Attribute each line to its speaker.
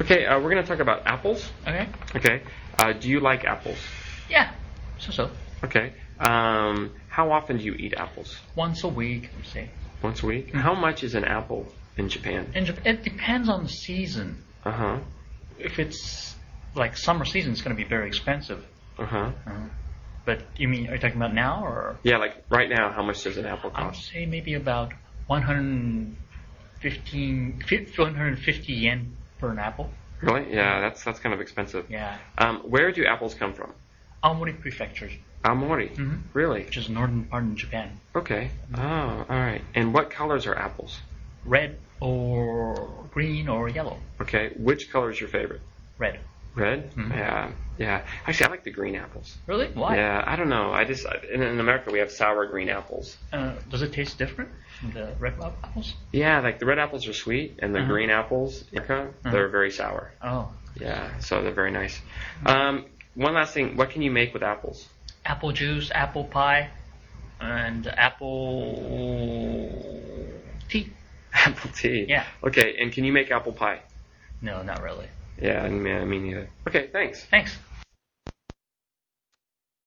Speaker 1: Okay, uh, we're going to talk about apples.
Speaker 2: Okay.
Speaker 1: Okay. Uh, do you like apples?
Speaker 2: Yeah. So so.
Speaker 1: Okay. Um, how often do you eat apples?
Speaker 2: Once a week, let's say.
Speaker 1: Once a week? How much is an apple in Japan?
Speaker 2: And Jap- it depends on the season.
Speaker 1: Uh huh.
Speaker 2: If it's like summer season, it's going to be very expensive.
Speaker 1: Uh huh.
Speaker 2: Uh, but you mean are you talking about now or?
Speaker 1: Yeah, like right now, how much does an apple
Speaker 2: I would
Speaker 1: cost?
Speaker 2: say maybe about 115, fif- 150 yen for an apple.
Speaker 1: Really? Yeah, that's that's kind of expensive.
Speaker 2: Yeah.
Speaker 1: Um, where do apples come from?
Speaker 2: Aomori Prefecture,
Speaker 1: Aomori.
Speaker 2: Mhm.
Speaker 1: Really?
Speaker 2: which is northern part of Japan.
Speaker 1: Okay. Oh, all right. And what colors are apples?
Speaker 2: Red or green or yellow.
Speaker 1: Okay. Which color is your favorite?
Speaker 2: Red.
Speaker 1: Red.
Speaker 2: Mhm.
Speaker 1: Yeah. Yeah. Actually, I like the green apples.
Speaker 2: Really? Why?
Speaker 1: Yeah. I don't know. I just I- in, in America we have sour green apples.
Speaker 2: Uh, does it taste different from the red ap- apples?
Speaker 1: Yeah, like the red apples are sweet, and the
Speaker 2: Mhm.
Speaker 1: green apples, in America, they're very sour.
Speaker 2: Oh,
Speaker 1: Yeah, so they're very nice. Um, one last thing, what can you make with apples?
Speaker 2: apple juice, apple pie, and apple tea.
Speaker 1: Apple tea.
Speaker 2: Yeah.
Speaker 1: Okay, and can you make apple pie?
Speaker 2: No, not really.
Speaker 1: Yeah, I mean, I mean, yeah. Okay, thanks.
Speaker 2: Thanks.